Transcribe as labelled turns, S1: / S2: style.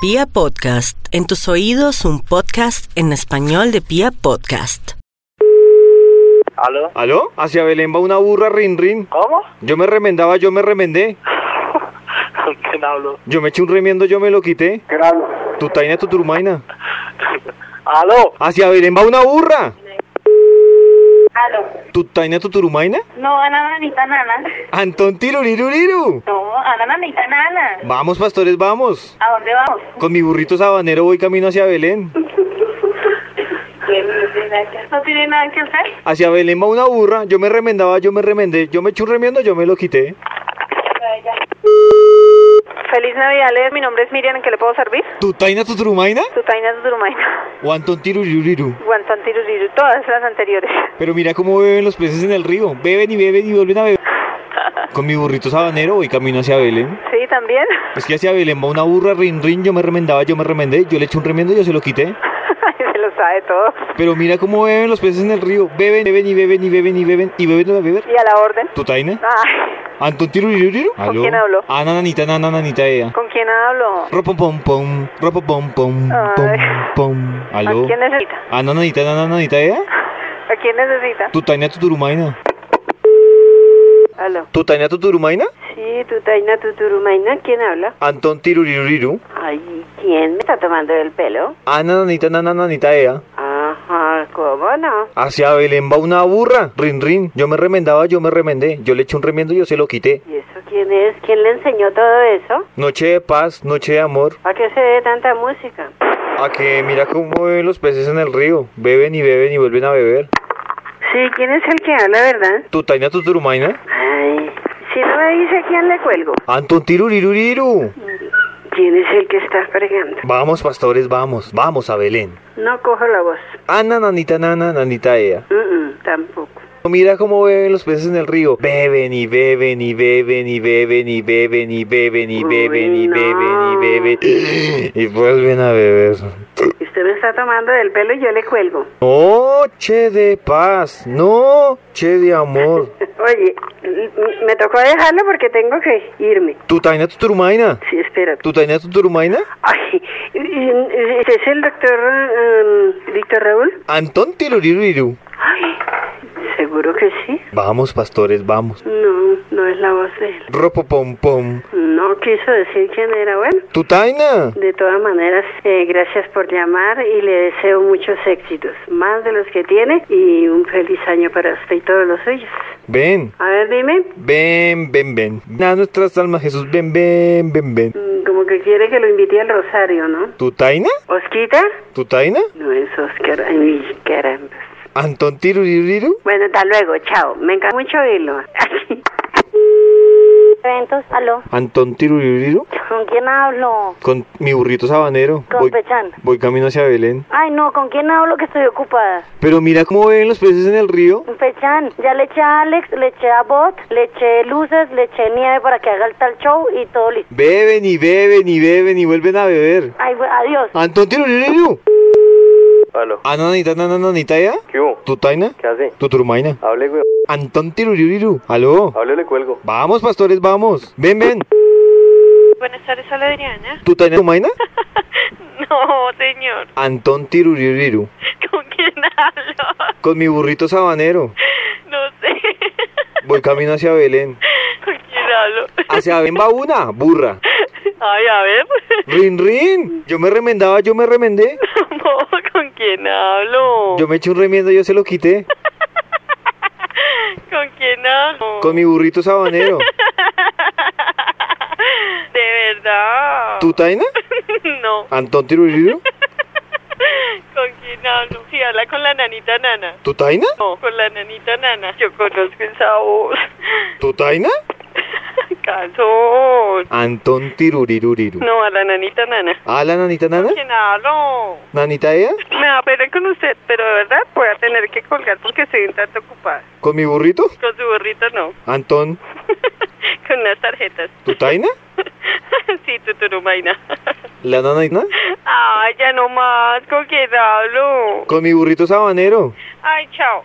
S1: Pia Podcast, en tus oídos un podcast en español de Pia Podcast.
S2: ¿Aló?
S3: ¿Aló? Hacia Belén va una burra rin rin.
S2: ¿Cómo?
S3: Yo me remendaba, yo me remendé.
S2: ¿Quién habló?
S3: Yo me eché un remiendo, yo me lo quité.
S2: ¿Quién habló?
S3: Tu taina, tu turmaina.
S2: ¿Aló?
S3: Hacia Belén va una burra.
S4: Aló.
S3: Tu taina, tu turmaina.
S4: No, Ana Nanita Nana.
S3: Antón tiruriruliru.
S4: No, Ana Nanita Nana.
S3: Vamos, pastores, vamos.
S4: ¿A dónde vamos?
S3: Con mi burrito sabanero voy camino hacia Belén.
S4: No tiene nada que hacer.
S3: Hacia Belén va una burra, yo me remendaba, yo me remendé. Yo me eché un remiendo, yo me lo quité.
S4: Feliz Navidad, Led. Mi nombre es Miriam. ¿En qué le puedo servir?
S3: Tu taina, tu turmaina.
S4: Tu taina es Durmaina.
S3: O Antón tiruriruliru.
S4: Guantán Tiruriru. Todas las anteriores.
S3: Pero mira cómo beben los peces en el río. Beben y beben y vuelven a beber. Con mi burrito sabanero voy camino hacia Belén.
S4: Sí, también.
S3: Es que hacia Belén va una burra, rin rin, yo me remendaba, yo me remendé, yo le eché un remiendo, yo se lo quité.
S4: Ay, se lo sabe todo.
S3: Pero mira cómo beben los peces en el río, beben, beben y beben y beben y beben y beben a beber.
S4: ¿Y a la orden?
S3: ¿Tu taina?
S4: Ay,
S3: ¿Antón tiruriru? ¿Aló?
S4: quién habló?
S3: Ah, nananita, nananita ella.
S4: ¿con quién hablo?
S3: Ropo pom pom, ropo pom pom, pom
S4: Ay.
S3: pom. ¿Aló?
S4: ¿A quién necesita?
S3: Ah, nananita, nananita ella.
S4: ¿A quién necesita?
S3: ¿Tu taina, tu turumaina?
S4: Aló.
S3: ¿Tu taina, tu turumaina?
S4: Sí, tu taina, tu turumaina. ¿Quién habla?
S3: ¿Antón tiruriru?
S4: Ay, ¿quién me está tomando el pelo?
S3: Ah, nananita, nananita ella.
S4: Ajá, ¿cómo no?
S3: Hacia Belén va una burra, rin rin. Yo me remendaba, yo me remendé, yo le eché un remiendo, yo se lo quité.
S4: ¿Y eso quién es? ¿Quién le enseñó todo eso?
S3: Noche de paz, noche de amor.
S4: ¿A qué se debe tanta música?
S3: A que mira cómo beben los peces en el río. Beben y beben y vuelven a beber.
S4: Sí, ¿quién es el que habla, verdad?
S3: Tu taina tu turumaina.
S4: Ay, si no me dice quién le cuelgo.
S3: Anton tiruriruriru.
S4: ¿Quién es el que está fregando?
S3: Vamos, pastores, vamos. Vamos a Belén.
S4: No cojo la voz.
S3: Ana, nanita, nana, nanita, ea.
S4: Mm, mm, tampoco.
S3: Mira cómo beben los peces en el río. Beben y beben y beben y beben y beben y beben y beben y beben y beben. Y vuelven a beber.
S4: Usted me está tomando del pelo y yo le cuelgo.
S3: Noche de paz, noche de amor.
S4: Oye, m- m- me tocó dejarlo porque tengo que irme.
S3: Tu taina tu turumaina.
S4: Sí, espérate.
S3: Tu taina tu turumaina.
S4: Ay, y- y- ¿este es el doctor eh, Víctor Raúl?
S3: Antón Tiruriru.
S4: Ay, seguro que sí.
S3: Vamos, pastores, vamos.
S4: No, no es la voz de él.
S3: Ropo pom pom.
S4: No quiso decir quién era. Bueno,
S3: Tutaina.
S4: de todas maneras, eh, gracias por llamar y le deseo muchos éxitos, más de los que tiene y un feliz año para usted y todos los suyos.
S3: Ven.
S4: A ver, dime,
S3: Ven, ven, ven. A nuestras almas, Jesús. Ven, ven, ven, ven.
S4: mm, como que quiere que lo invite al Rosario, ¿no?
S3: ¿Tutaina?
S4: ¿Osquita?
S3: ¿Tutaina?
S4: No es Oscar, ay, caramba.
S3: Antón Tiruriru.
S4: Bueno, hasta luego, chao. Me encanta mucho oírlo.
S5: Eventos, aló,
S3: Antón Tiruriru.
S5: ¿con quién hablo?
S3: Con mi burrito sabanero.
S5: Con
S3: voy,
S5: Pechán.
S3: voy camino hacia Belén.
S5: Ay, no, ¿con quién hablo que estoy ocupada?
S3: Pero mira cómo beben los peces en el río.
S5: Pues, Pechan, ya le eché a Alex, le eché a Bot, le eché luces, le eché nieve para que haga el tal show y todo listo.
S3: Beben y beben y beben y vuelven a beber.
S5: Ay, güey, adiós.
S3: Antón Tiruriru.
S2: ¿Aló?
S3: Ananita, nananita, ea.
S2: ¿Qué hubo?
S3: ¿Tutaina?
S2: ¿Qué hace?
S3: ¿Tuturmaina?
S2: Hable, güey.
S3: Antón Tiruriru. ¿Aló?
S2: Hable, le cuelgo.
S3: Vamos, pastores, vamos. Ven, ven.
S6: Buenas tardes, hola Adriana.
S3: ¿Tú tenés tu maina?
S6: No, señor,
S3: Antón Tiruriru.
S6: ¿con quién hablo?
S3: Con mi burrito sabanero.
S6: No sé.
S3: Voy camino hacia Belén.
S6: ¿Con quién hablo?
S3: Hacia Belén va una burra.
S6: Ay, a ver.
S3: Rin, rin. Yo me remendaba, yo me remendé.
S6: No, ¿con quién hablo?
S3: Yo me eché un remiendo, yo se lo quité.
S6: ¿Con quién hablo?
S3: Con mi burrito sabanero.
S6: De verdad.
S3: ¿Tú taina?
S6: No,
S3: Antón Tiruriru.
S6: ¿con quién hablo? Sí, habla con la nanita nana.
S3: ¿Tú taina?
S6: No, con la nanita nana. Yo conozco esa voz.
S3: ¿Tú taina?
S6: Calzón.
S3: Antón Tiruriruriru.
S6: No, a la nanita nana.
S3: ¿Ah, la nanita nana?
S6: ¿Con quién hablo?
S3: ¿Nanita ella?
S6: Me da pena con usted, pero de verdad voy a tener que colgar porque estoy un tanto ocupada.
S3: ¿Con mi burrito?
S6: Con su burrito no,
S3: Antón,
S6: con unas tarjetas.
S3: ¿tú taina?
S6: sí, tuturumaina.
S3: ¿La nanita?
S6: Ay, ya no más, ¿con quién hablo?
S3: Con mi burrito sabanero.
S6: Ay, chao.